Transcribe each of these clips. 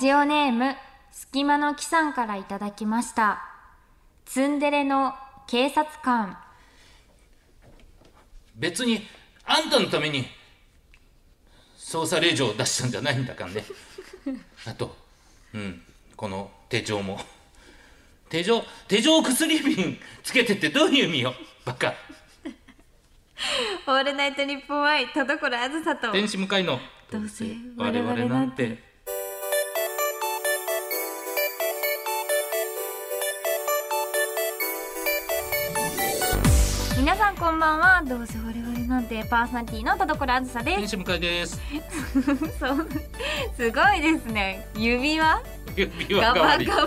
ジオネーム隙間の木さんからいただきましたツンデレの警察官別にあんたのために捜査令状を出したんじゃないん だからねあとうんこの手錠も手錠手錠薬瓶つけてってどういう意味よバカオールナイトニッポン愛田所あずさと天使向かいのどうせ我々なんて皆さんこんばんはどうせ我々なんてパーソナリティの田所あずさで天す使向かいです そうすごいですね指輪指ガ輪代わバりガバ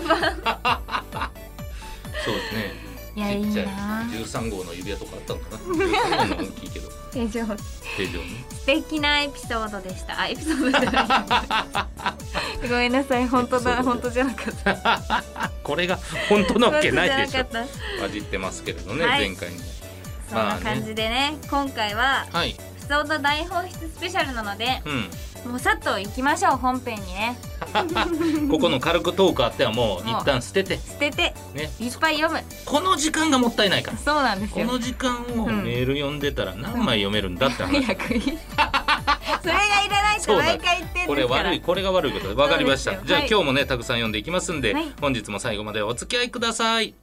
そうですねいやいちっいちゃな13号の指輪とかあったのかな13号の大きいけど以上手錠ね素敵なエピソードでしたあエピソードじゃ ないごめんなさい本当エだピソード本当じゃなかったこれが本当なわけないでしょ本当じゃなかった混じってますけれどね、はい前回にそんな感じでね今回ははい「ふつおと大放出スペシャル」なのでうもうさっと行きましょう本編にねんここの軽くトークあってはもうもう一旦捨てて捨ててねいっぱい読むこの時間がもったいないからそうなんですこよの時間をうんメール読んでたら何枚読めるんだって話、 早 くいいそれがいらないと毎回言ってこんれですから悪いこれが悪いことで分かりましそうたですよじゃあ、はい今日もねたくさん読んでいきますんで、はい本日も最後までお付き合いください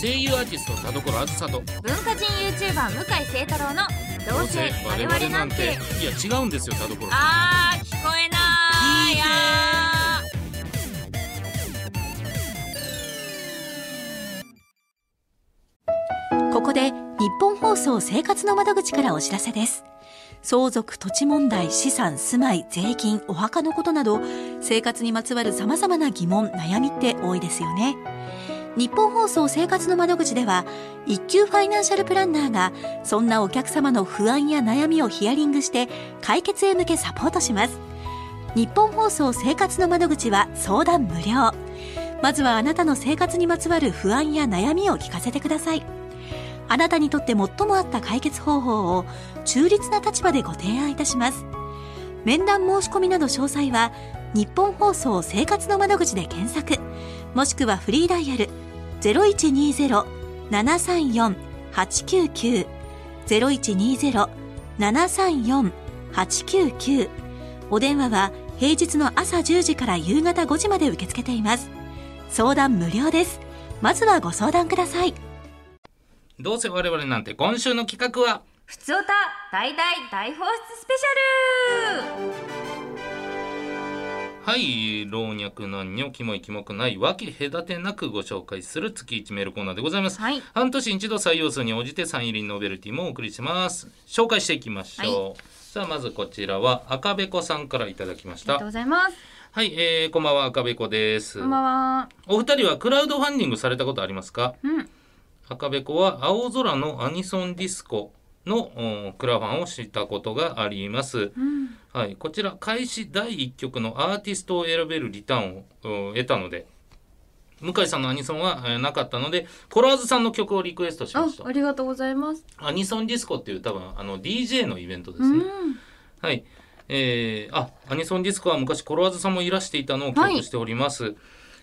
声優アーティスト田所あずさと文化人 YouTuber 向井聖太郎の「どうせ我々なんていや違うんですよ田所」さんあー聞こえないいいねあーここで日本放送生活の窓口からお知らせです。相続、土地問題、資産、住まい、税金、お墓のことなど、生活にまつわる様々な疑問、悩みって多いですよね。日本放送生活の窓口では、一級ファイナンシャルプランナーが、そんなお客様の不安や悩みをヒアリングして、解決へ向けサポートします。日本放送生活の窓口は相談無料。まずはあなたの生活にまつわる不安や悩みを聞かせてください。あなたにとって最も合った解決方法を中立な立場でご提案いたします。面談申し込みなど詳細は、日本放送生活の窓口で検索、もしくはフリーダイヤル0120-734-899、0120-734-899お電話は平日の朝10時から夕方5時まで受け付けています。相談無料です。まずはご相談ください。どうせ我々なんて今週の企画は「ふつおた大大大放出スペシャルはい老若男女キモいキモくないわき隔てなくご紹介する月1メールコーナーでございます、はい半年に一度採用数に応じてサイン入りノベルティもお送りします紹介していきましょう、さあまずこちらは赤べこさんからいただきまし」ありがたとうございますはい、えー、こんばんは赤べこですこんばんはお二人はクラウドファンディングされたことありますかうん赤べこは青空のアニソンディスコのうんクラファンをしたことがあります、うんはい、こちら開始第1曲のアーティストを選べるリターンをうん得たので向井さんのアニソンはえーなかったのでコロワーズさんの曲をリクエストしまあしたありがとうございますアニソンディスコっていう多分あの DJ のイベントでうすね、んはいえー、あアニソンディスコは昔コロワーズさんもいらしていたのを記はい憶しております、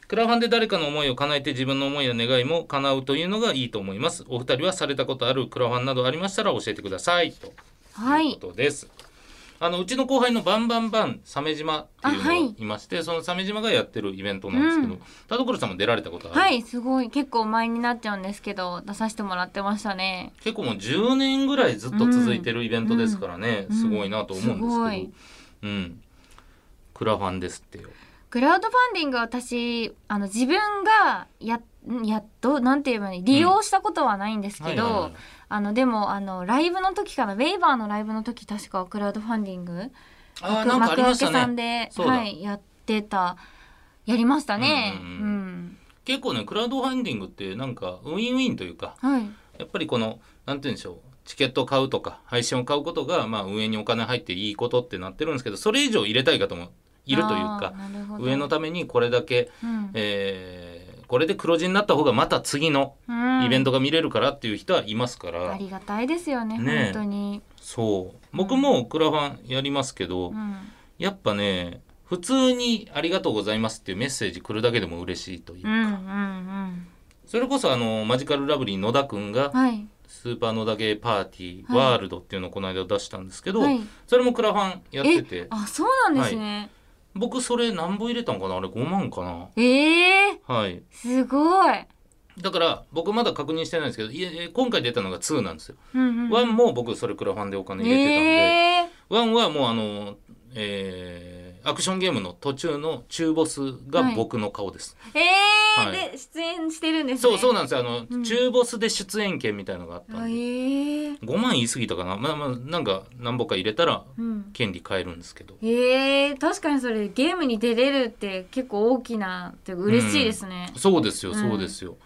クラファンで誰かの思いを叶えて自分の思いや願いも叶うというのがいいと思いますお二人はされたことあるクラファンなどありましたら教えてくださいとはといういことです。あのうちの後輩のバンバンバン鮫島っていうのあはがいいまして、その鮫島がやってるイベントなんですけど、うん田所さんも出られたことある、はいすごい結構前になっちゃうんですけど出させてもらってましたね結構もう10年ぐらいずっと続いてるイベントですからね、うんすごいなと思うんですうんすけど、うごんいクラファンですってよ。クラウドファンディングは私あの自分がやんやっとなんて言えばいい利用したことはないんですけど、はいはいはいあのでもあのライブの時かなウェイバーのライブの時確かクラウドファンディングあー幕なんかありま開しけたさんね。で、そうだはい、やってたやりましたね。ううんんうんう結構ねクラウドファンディングってなんかウィンウィンというかはいやっぱりこのなんて言うんでしょうチケットを買うとか配信を買うことが、まあ、運営にお金入っていいことってなってるんですけどそれ以上入れたい方もいるというかあーなるほど上のためにこれだけ、うんえーこれで黒字になった方がまた次のうんイベントが見れるからっていう人はいますから、ありがたいですよねね本え当にそう僕もクラファンやりますけど、うんやっぱね普通に「ありがとうございます」っていうメッセージ来るだけでも嬉しいといううか、んうんそれこそあのマジカルラブリー野田くんがうんはいスーパー野田ゲーパーティーはいワールドっていうのをこの間出したんですけど、はいそれもクラファンやっててあそうなんですね、僕それ何本入れたんかなあれ5万かなええはいすごい、だから僕まだ確認してないんですけどいえ今回出たのが2なんですよ、うんうん、 1も僕それクラファンでお金入れてたんで、ええワンはもうあの、えーアクションゲームの途中の中ボスが僕の顔です。ええはで出演してるんですねそうそうなんですよ。あの、うん中ボスで出演権みたいのがあったあんで。ええ5万言い過ぎたかな。まあまあ、なんか何本か入れたらうん権利買えるんですけど。ええ確かにそれゲームに出れるって結構大きなっていうか嬉しいですね、そうですよ、うんそうですよ。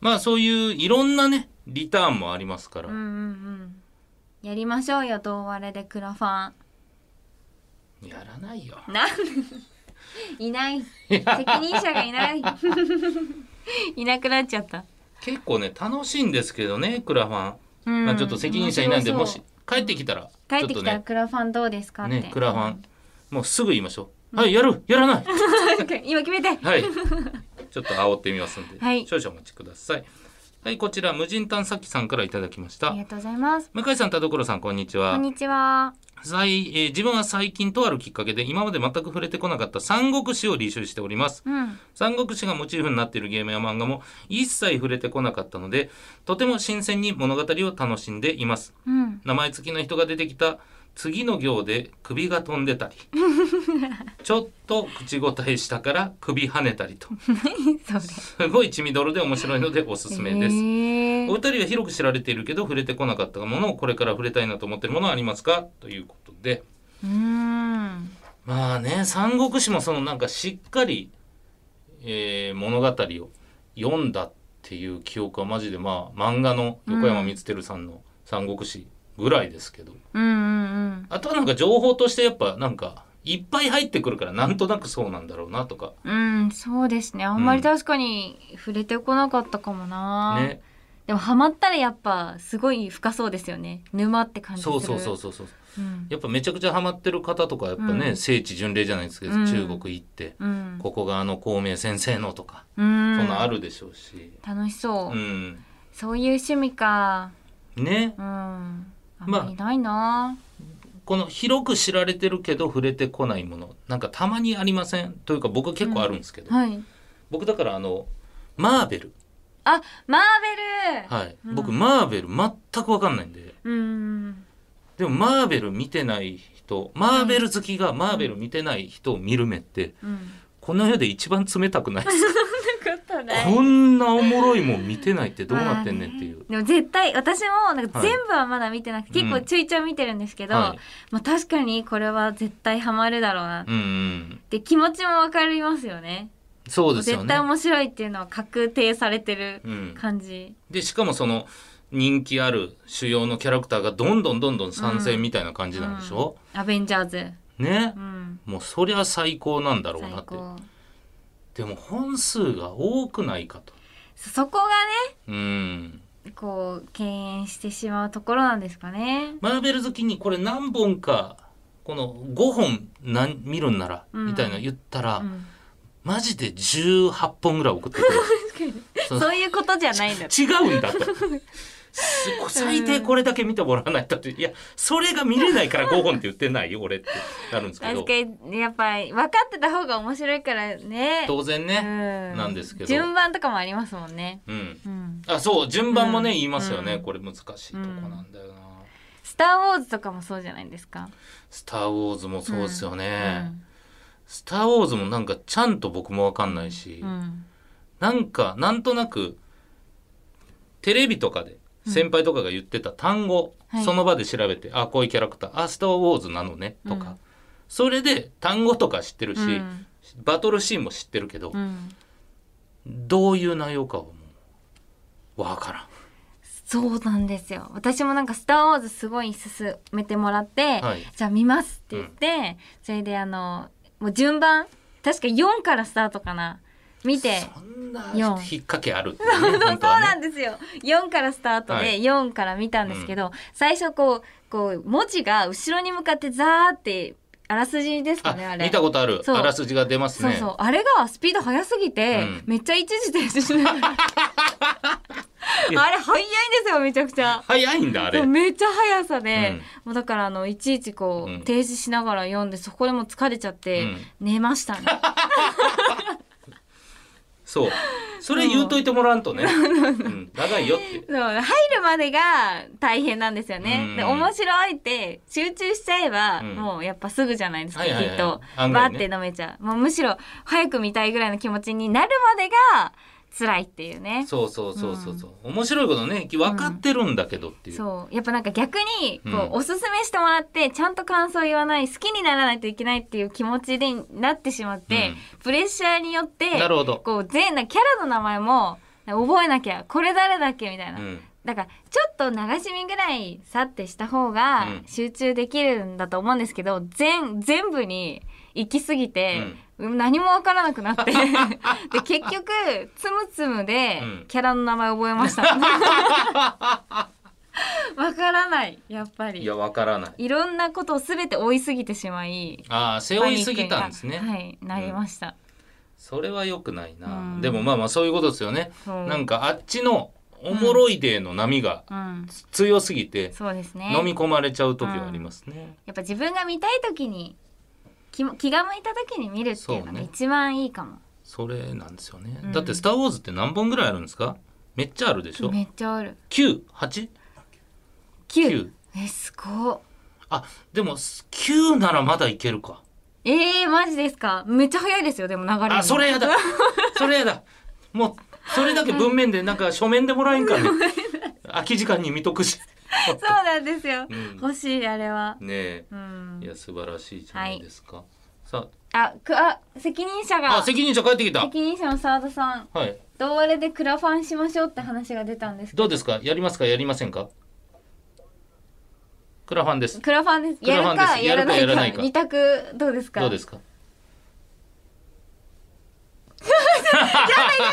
まあそういういろんなね、リターンもありますから。うん、うんうんやりましょうよどうあれでクラファンやらないよ。なんいない責任者がい ないいなくなっちゃった、結構ね、楽しいんですけどね、クラファン。うんまあちょっと責任者いないんで、面も白そしう帰ってきたら、帰ちっょってときたらね、クラファンどうですかって、ね、クラ ファン、もうすぐ言いましょう。はい、やるやらない今決めてはい。ちょっと煽ってみますんで、はい少々お待ちください。はい、こちら無人探査機さんからいただきましあたり。がとうございます向井さん、田所さん、こんにちこはん。にちは最えー自分は最近とあるきっかけで今まで全く触れてこなかった三国志を履修しております。うん三国志がモチーフになっているゲームや漫画も一切触れてこなかったので、とても新鮮に物語を楽しんでいます。 うん名前付きの人が出てきた次の行で首が飛んでたりちょっと口答えしたから首跳ねたりとそれすごい血みどろで面白いのでおすすめですえ。ーお二人は広く知られているけど触れてこなかったものをこれから触れたいなと思ってるものはありますかということでうーんまあね三国志もそのなんかしっかり、えー物語を読んだっていう記憶はマジでまあ漫画の横山光輝さんの「三国志」ぐらいですけど、うんうんあとはなんか情報としてやっぱなんかいっぱい入ってくるからなんとなくそうなんだろうなとかうんうんそうですねあんまり確かに触れてこなかったかもな、ねでもハマったらやっぱすごい深そうですよね沼って感じするそうそうそうそうそううんやっぱめちゃくちゃハマってる方とかやっぱね、うん聖地巡礼じゃないですけど、うん中国行って。うんここがあの孔明先生のとか、うんそんなんあるでしょうし、楽しそう、うん、そういう趣味かね、うんあんまあまりないな、この広く知られてるけど触れてこないもの、なんかたまにありませんというか僕結構あるんですけど、はい僕だからあのマーベル、あマーベル、はい、うん僕マーベル全くわかんないんで、うんでもマーベル見てない人、マーベル好きがマーベル見てない人を見る目って、うんこの世で一番冷たくないです。ことこんなおもろいもん見てないってどうなってんねんっていう。でも絶対私もなんかはい全部はまだ見てなくて、うん結構ちょいちょい見てるんですけど、はいまあ、確かにこれは絶対ハマるだろうなっうんうん、て気持ちもわかりますよねそうですよね。絶対面白いっていうのは確定されてるうん、感じ、でしかもその人気ある主要のキャラクターがどんどんどんどん参戦みたいな感じなんでしょ、アベンジャーズ、ねうん、もうそりゃ最高なんだろう最なって高でも本数が多くないかとそそこがうんねこう敬遠してしまうところなんですかねマーベル好きにこれ何本かこの5本何見るんならうんみたいなの言ったら、うんマジで18本ぐらい送ってくるそ うそういうことじゃ ないんだ違うんだとす最低これだけ見てもらわないとっていやそれが見れないから5本って言ってないよ俺ってなるんですけ確どかにやっぱり分かってた方が面白いからね当然うね、んなんですけど順番とかもありますもんね、うん、うん、あそう順番もうね、ん言いますよね、うんこれ難しいとこなんだよな、スターウォーズとかもそうじゃないですか、スター・ウォーズもそうですよね、うんスター・ウォーズもなんかちゃんと僕もわかんないし、うんなんかなんとなくテレビとかで先輩とかが言ってた単語、はいその場で調べてあこういうキャラクターあスター・ウォーズなのねとか、うんそれで単語とか知ってるし、うんバトルシーンも知ってるけど、うんどういう内容かはもうわからん。そうなんですよ私もなんか「スター・ウォーズ」すごい勧めてもらって、はいじゃあ見ますって言って、それであのもう順番確か4からスタートかな見てそんな四引っ掛けあるってね、本当 そうはなんね。ですよ4からスタートはでい4から見たんですけど、最初こうこう文字が後ろに向かってザーってあらすじですかあねあ、れ見たことある。そうあらすじが出ますそうね。そうあれがスピード速すぎて、うんめっちゃ一時停止しながらあれ速いんですよめちゃくちゃ。早いんだあれそう。めっちゃ速さで、うんもうだからあのいちいちこう、うん停止しながら読んでそこでもう疲れちゃって、うん寝ましたね そう。それ言うといてもらわんと ね。うん、長いよって。そう入るまでが大変なんですよね、うんで面白いって集中しちゃえば、うんもうやっぱすぐじゃないですか、はいはいはいきっと案バ外ーねって飲めちゃうもうむしろ早く見たいぐらいの気持ちになるまでが辛いっていうねそうそうそうそうそう。面白いことね、分かってるんだけどっていう。そうやっぱなんか逆にこう、うんおすすめしてもらってちゃんと感想言わない好きにならないといけないっていう気持ちでなってしまって、プレッシャーによってなるほどこう全なキャラの名前も覚えなきゃこれ誰だっけみたいな、うん。だからちょっと流し見ぐらいさってした方がうん集中できるんだと思うんですけど、全全部に行き過ぎて、何もわからなくな ってで結局つむつむでうんキャラの名前覚えま したわ、からないやっぱいりや、わからない。いろんなことを全て追いすぎてしまいああ、背負いすぎたんですね。パニックになはいなりました、それは良くないな、うんでもまあまあそういうことですよね。そうなんかあっちのおもろいデーの波がうん、強すぎてそうですね飲み込まれちゃう時はありますね。やっぱ自分が見たい時に気も気が向いた時に見るっていうのそうがね一番いいかも、それなんですよね。うんだって「スター・ウォーズ」って何本ぐらいあるんですかめっちゃあるでしょめっちゃある ?98? 9九えすごっあでも9ならまだいけるか。えー、マジですかめっちゃ早いですよでも流れるのあそ れ やだそれやだもうそれだけ文面でなんか書面でもらえんかね。空き時間に見とくし。そうなんですよ、うん欲しいあれは ねえうんいや素晴らしいじゃないですか。さあくあ責任者あがあ責任者帰ってきた。責任者の澤田さんはい。同割れでクラファンしましょうって話が出たんですけどうですかやりますかやりませんかクラファンですど。クラファンですクやラファるンですかやらないやるかやらかないか二択どうですかどうですか 聞きたくなか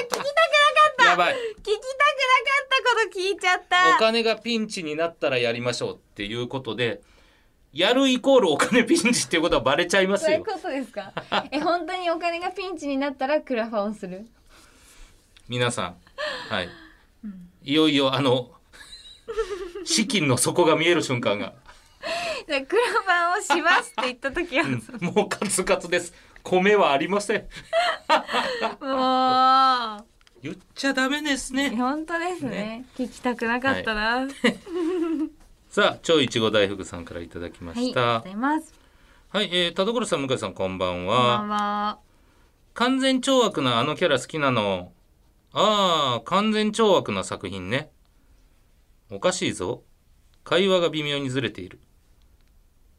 ったやばい。聞きたくなかったこと聞いちゃったお金がピンチになったらやりましょうっていうことで、やるイコールお金ピンチっていうことはバレちゃいまそすういうよ。ことですか え本当にお金がピンチになったらクラファンをする皆さん。はい。いよいよあの、資金の底が見える瞬間が、じゃあクラファンをしますって言った時はうんもうカツカツです。米はありません。も言っちゃダメですうね。本当ですねね聞きたくなかったな、はい、さあ、超いちご大福さんからいただきまありしがとうたござ。いますはい、えー、田所さん、向井さん、こんばんこんばはん。は完全懲悪なあのキャラ好きなの。ああ、完全懲悪な作品ね。おかしいぞ。会話が微妙にずれている。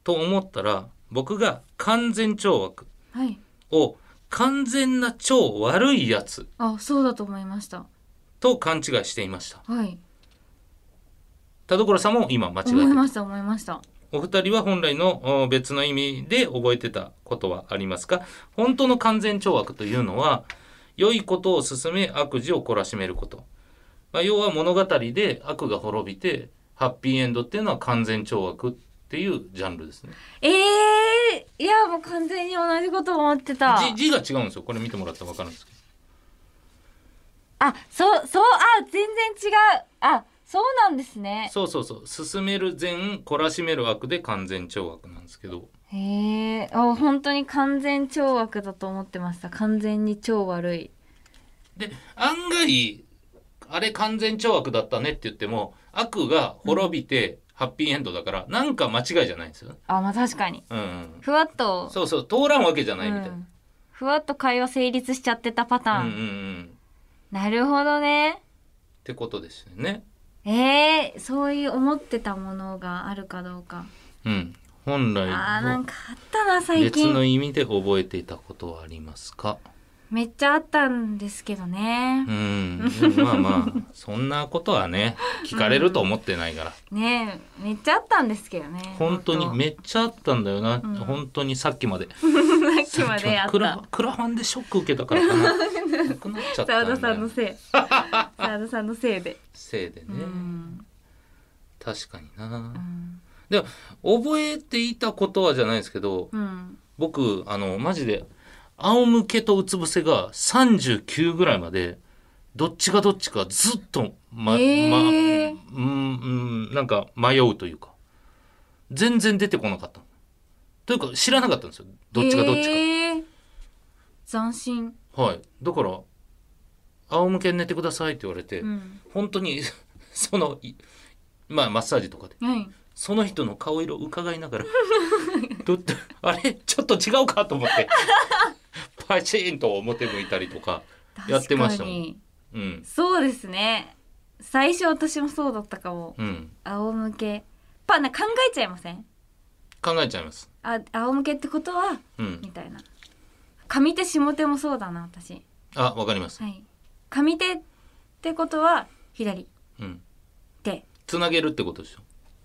と思ったら、僕が完全懲悪はいを完全な超悪いやつあそうだと思いましたと勘違いしていました。はい田所さんも今間違えて思いたました思いましたお二人は本来のお別の意味で覚えてたことはありますか本当の完全懲悪というのは、良いことを進め悪事を懲らしめること。まあ、要は物語で悪が滅びて、ハッピーエンドっていうのは完全懲悪っていうジャンルですね。ええー、いやもう完全に同じこと思ってた字字が違うんですよ。これ見てもらったらわかるんですけど。あそうそうあ全然違うあそうなんですねそうそうそう。進める善、懲らしめる悪で完全懲悪なんですけど。へえあ本当に完全懲悪だと思ってました完全に超悪いで、案外、あれ完全懲悪だったねって言っても、悪が滅びて、ハッピーエンドだから、なんか間違いじゃないんですよね。あまあ確かにうんうん、ふわっとそうそう通らんわけじゃないみたいうんな、ふわっと会話成立しちゃってたパターうン、んうんうん、なるほどねってことですよね、えー、そういう思ってたものがあるかどうか、うん、本来あーなんのかあったな最別の近意味で覚えていたことはありますかめっちゃあったんですけどねう、んでもまあまあそんなこと はね聞かれると思ってないから、ねえめっちゃあったんですけどね本当にめめっちゃあったんだよな、ん本当にさっきまできまであっクラたクラファンでショック受けたからか ななくなっちゃった澤田んださんのよせい澤田さんのせいでせい でねうん確かにうなんでも覚えていたことはじゃないですけどうん僕あのマジで仰向けとうつ伏せが39ぐらいまでどっちがどっちかずっとま、へーまうんうんなんか迷うというか全然出てこなかったというか知らなかったんですよどっちがどっちか、えー斬新はいだから仰向けに寝てくださいって言われて、うん本当に そのいまあマッサージとかではいその人の顔色を伺いな がらどっちあれちょっと違うかと思ってパチンと表向いたりとかやってましたもん確かにうんそうですね最初私もそうだったかもうん仰向けパンな考えちゃいません考えちゃいますあ仰向けってことはうんみたいな上手下手もそうだな私あわかりますはい上手ってことは左うん手つなげるってことでしょ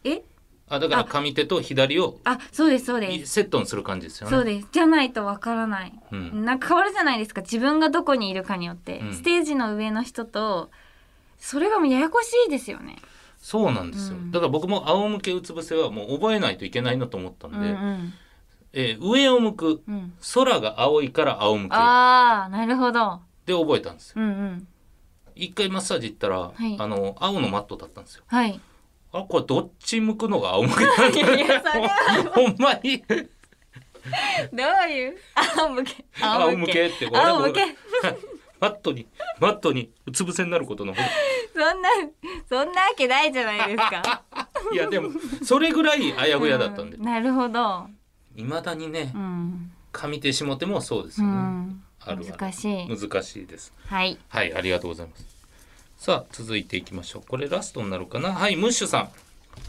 えあだからあ上手と左をあそうですそうですいセットにする感じですよねそうですじゃないとわからない、うんなんか変わるじゃないですか自分がどこにいるかによって、うんステージの上の人とそれがもうややこしいですよね、そうなんですよ、うんだから僕も仰向けうつ伏せはもう覚えないといけないなと思ったんうで、んうんえー上を向くうん空が青いから仰向けああなるほどで覚えたんですようんうん一回マッサージ行ったら、はいあの青のマットだったんですよはいあこれどっち向くのが仰向けなんだ いやそれほんまにどういう仰向け仰向けって仰俺向けもマットにマットにうつ伏せになること の方がそんなそんなわけないじゃないです かいやでもそれぐらいあやふやだったんでうなるほどいまだにねうん、上手下手もそうですうよね、ん、あるある難しい難しいですはいはいありがとうございますさあ続いていきましょうこれラストになるかなはいムッシュさん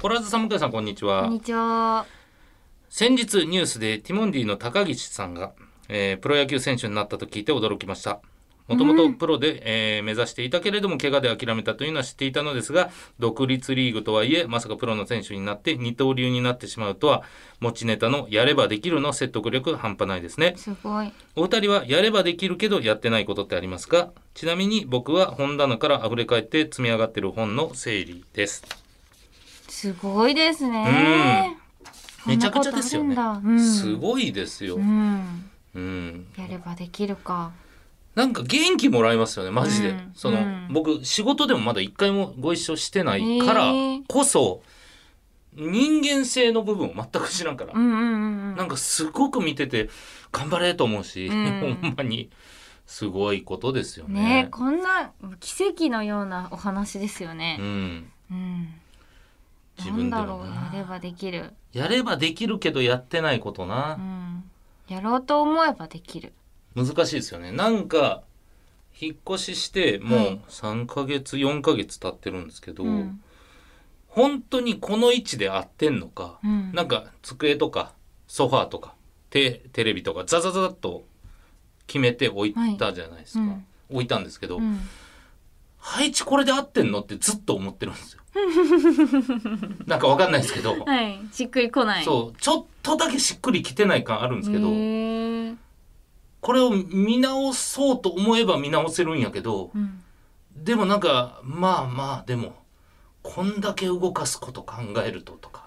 ポラズさん向井さんこんにちはこんにちは先日ニュースでティモンディの高岸さんが、えープロ野球選手になったと聞いて驚きましたもともとプロで、えー目指していたけれども怪我で諦めたというのは知っていたのですが独立リーグとはいえまさかプロの選手になって二刀流になってしまうとは持ちネタのやればできるの説得力半端ないですねすごいお二人はやればできるけどやってないことってありますかちなみに僕は本棚から溢れ返って積み上がってる本の整理ですすごいですねこめんちなゃくこちゃとですよあるんねだうんすごいですようんうんやればできるかなんか元気もらいますよねマジで、うんその、うん僕仕事でもまだ一回もご一緒してないからへーこそ、人間性の部分を全く知らんから、うんうんうんうんなんかすごく見てて頑張れと思うし、うんほんまにすごいことですよねね。こんな奇跡のようなお話ですようねん、うん、な自ん分でだもろうなやればできるやればできるけどやってないことうな、んやろうと思えばできる難しいですよねなんか引っ越ししてもうはい3ヶ月4ヶ月経ってるんですけど、うん本当にこの位置で合ってんのか、うんなんか机とかソファーとかテテレビとかザザザザっと決めて置いたじゃないですか、はいうん置いたんですけど、うん配置これで合ってんのってずっと思ってるんです よなんかわかんないですけど、はいしっくりこないそうちょっとだけしっくりきてない感あるんですけど、へーこれを見直そうと思えば見直せるんやけどうんでもなんかまあまあでもこんだけ動かすこと考えると とか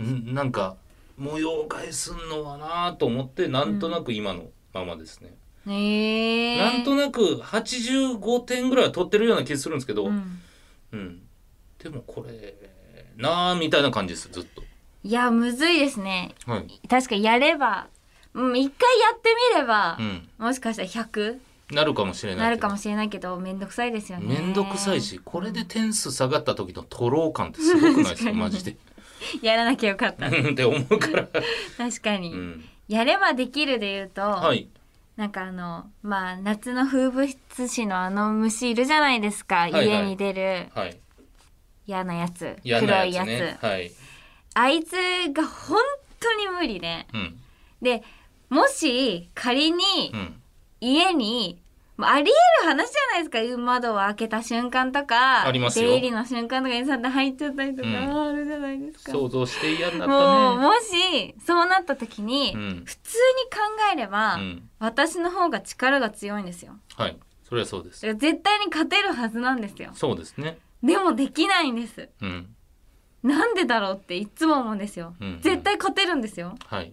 んなんか模様替えすんのはなあと思ってなんとなく今のままですね、ねえなんとななく85点ぐらいは取ってるような気するんですけど、ううんん、でもこれなあみたいな感じですずっいやむずいですねとはい、確かにやればうん一回やってみればう、ん、もしかしたら100なるかもしれないなるかもししれないけどめんどくさいですよねめんどくさいしこれで点数下がった時の取ろう感ってすごくないですか確かにマジで やらなきゃよかったうんって思うから、確かうに、ん、やればできるで言うと、はいなんかあのまあ夏の風物詩のあの虫いるじゃないですか、いはい家に出るはい嫌なやつ嫌黒ないややつつねはい、あいつが本当に無理でうんでもし仮にうん、家にまあありえる話じゃないですか窓を開けた瞬間とかありますよ出入りの瞬間とかにさ入っちゃったりとか、うんあるじゃないですか。想像して嫌になもうっもしそうなった時に、うん普通に考えれば、たね。うん。私の方が力が強いんですよ。はい。それはそうでだすか。ら絶対に勝てるはずなんですよ。そうですね。でもできないんです。うん。なんでだろうっていつも思うんですよ。うん絶対勝てるんですよ。はい。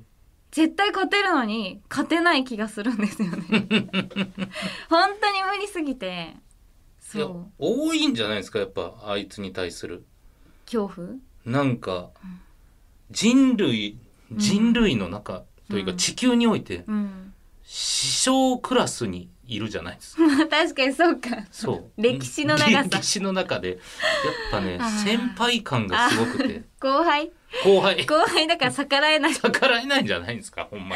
絶対勝てるのに勝てない気がするんです よね。本当に無理すぎて、いそやう多いんじゃないですかやっぱあいつに対する恐怖。なんか人類人類の中というかうん地球においてうん。師匠クラスにいるじゃないですか。まあ確かにそうか。そう歴史の長さ歴史の中でやっぱねあー先輩感がすごくて後輩後輩後輩だから逆らえない。逆らえないんじゃないですかほんま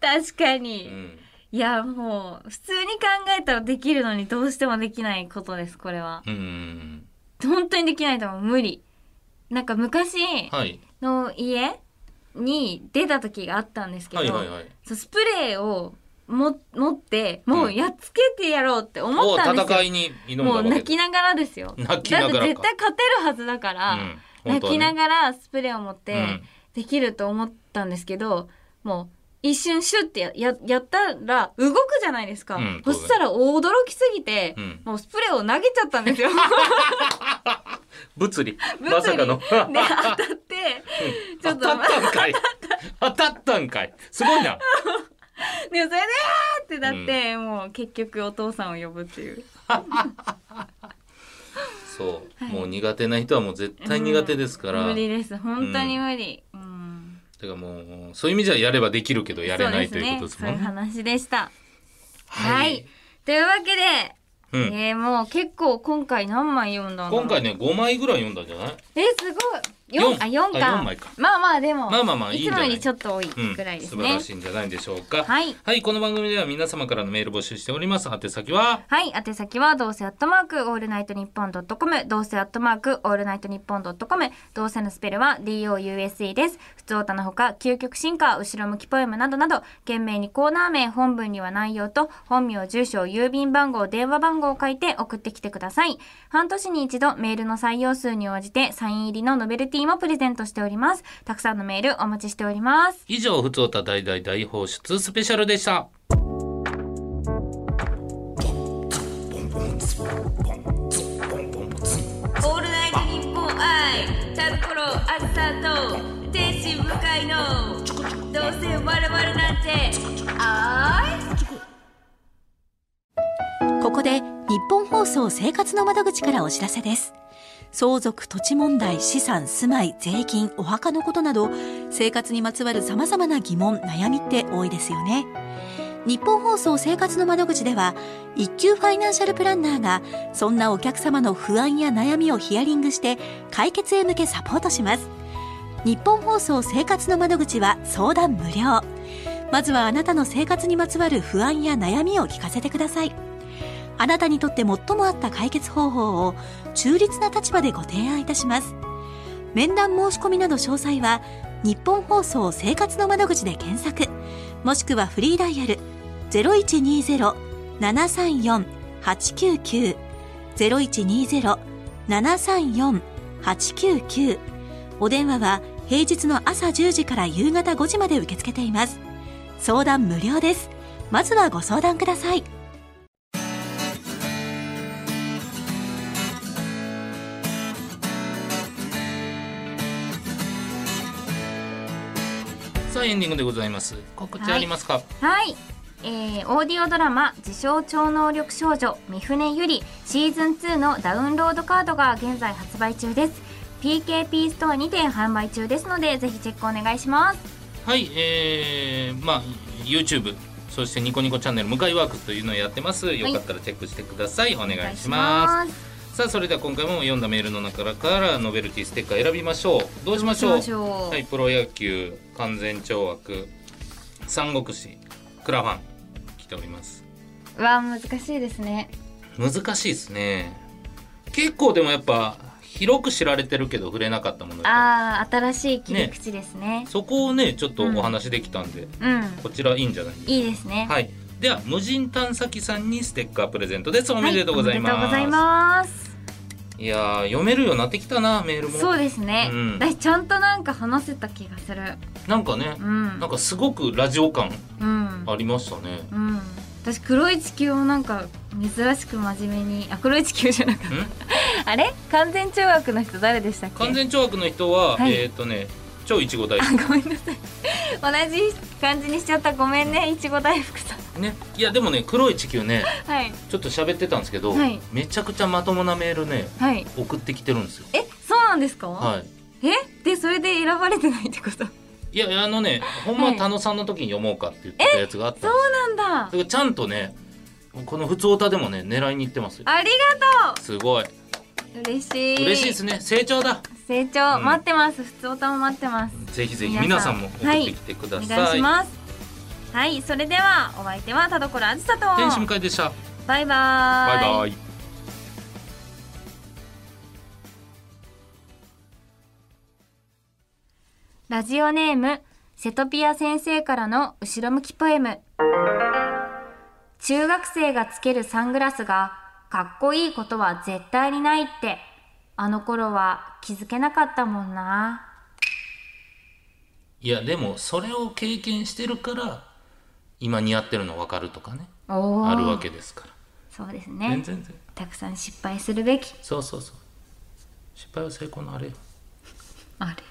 確かに、うに。んいやもう普通に考えたらできるのにどうしてもできないことですこれは。うん、本当にできないと思う無理。なんか昔はいの家に出た時があったんですけど、はいはいはいそうスプレーをも持ってもうやっつけてやろうって思ったんですお戦よ、いに挑んだもわうけで泣きながらですよ泣きながらかだって絶対勝てるはずだから、うん本当泣はねきながらスプレーを持っうてんできると思ったんですけど、もう一瞬シュッてやややったら動くじゃないですか、うんそしたら驚きすぎて、うんもうスプレーを投げちゃったんです よ物理物理まさかので当たってちょっと当たったんかい当たったんかいすごいなでもそれで「あー!」ってなって、もう結局お父さんを呼ぶっていうそう、はいもう苦手な人はもう絶対苦手ですから、無理だです本当に無理、うんからもうそういう意味じゃやればできるけどやれない、とそういでうことですすねもそういんうね。話でしたは、はいいというわけで、うん、えー、もう結構今回何枚読んだの今回ね5枚ぐらい読んだんじゃない？えー、すごい4四あ四かあ四枚かまあまあでもまあまあまあいいんいじつゃもないよりちょっと多いうん、ぐらいです素ね、晴らしいんじゃないでしょうか。はいはい、この番組では皆様からのメール募集しております。宛先ははい。宛先は、どうせアットマーク、オールナイトニッポンドットコム、どうせアットマーク、オールナイトニッポンドットコム、どうせのスペルは DOUSE です。普通歌のほか、究極進化、後ろ向きポエムなどなど、懸命にコーナー名、本文には内容と、本名、住所、郵便番号、電話番号を書いて送ってきてください。半年に一度、メールの採用数に応じて、サイン入りのノベルティもプレゼントしております。たくさんのメールお待ちしております。以上ふつおた大大大放出スペシャルでした。オールナイトニッポン愛タルコロアスターと天使向かいのどうせ我々なんてあーいここで日本放送生活の窓口からお知らせです。相続、土地問題、資産、住まい、税金、お墓のことなど、生活にまつわる様々な疑問、悩みって多いですよね。日本放送生活の窓口では、一級ファイナンシャルプランナーが、そんなお客様の不安や悩みをヒアリングして、解決へ向けサポートします。日本放送生活の窓口は相談無料。まずはあなたの生活にまつわる不安や悩みを聞かせてください。あなたにとって最も合った解決方法を中立な立場でご提案いたします面談申し込みなど詳細は日本放送生活の窓口で検索もしくはフリーダイヤル0120-734-899 0120-734-899お電話は平日の朝10時から夕方5時まで受け付けています相談無料ですまずはご相談くださいさあエンディングでございます。告知ありますか？はいえー、オーディオドラマ「自称超能力少女三船ゆり」シーズン2のダウンロードカードが現在発売中です PKP ストアにて販売中ですのでぜひチェックお願いしますはい、えー、まあ YouTube そしてニコニコチャンネル向かいワークスというのをやってますよかったらチェックしてください、お願いしますお願いしますさあそれでは今回も読んだメールの中からノベルティステッカー選びましょうどうしましょうどうしましょうはい、プロ野球完全懲悪三国志クラファン来ておりますうわ難しいですね難しいですね結構でもやっぱ広く知られてるけど触れなかったものあー新しい切り口ですねそこをねちょっとお話できたんで、うんこちらいいんじゃないですかいいですねはい、では無人探査機さんにステッカープレゼントですおめでとうございます,、はい、おめでとうございますいやー読めるようになってきたなメールもそうですね、うんだちゃんとなんか話せた気がするなんかねう、んなんかすごくラジオ感うんありましたね、うん私黒い地球をなんか珍しく真面目にあ黒い地球じゃ なかっんたあれ完全中学の人誰でしたっけ完全懲悪の人は、はいえーっ、とね超いちご大あごめんなさい同じ感じにしちゃったごめんねいちご大福さん 福ねいやでもね黒い地球ねはいちょっと喋ってたんですけど、はいめちゃくちゃまともなメールねはい送ってきてるんですよえそうなんですか、はいえでそれで選ばれてないってこといやいやあのねほんまははい田野さんの時に読もうかって言ってたやつがあったんですそようなんだそれがちゃんとねこの普通歌でもね狙いに行ってますよありがとすごいう嬉しい嬉しいですね成長だ成長、うん待ってます普通歌も待ってますぜひぜひ皆皆ささんんも送ってきてくだおさい,、願いしますはいそれではお相手は田所あずさと天使迎えでしたバイババーイバイラジオネームセトピア先生からの後ろ向きポエム中学生がつけるサングラスがかっこいいことは絶対にないってあの頃は気づけなかったもんないやでもそれを経験してるから今似合ってるの分かるとかねおーあるわけですかそうですら全ね然全然たくさん失敗するべきそうそうそう失敗は成功のあれよあれ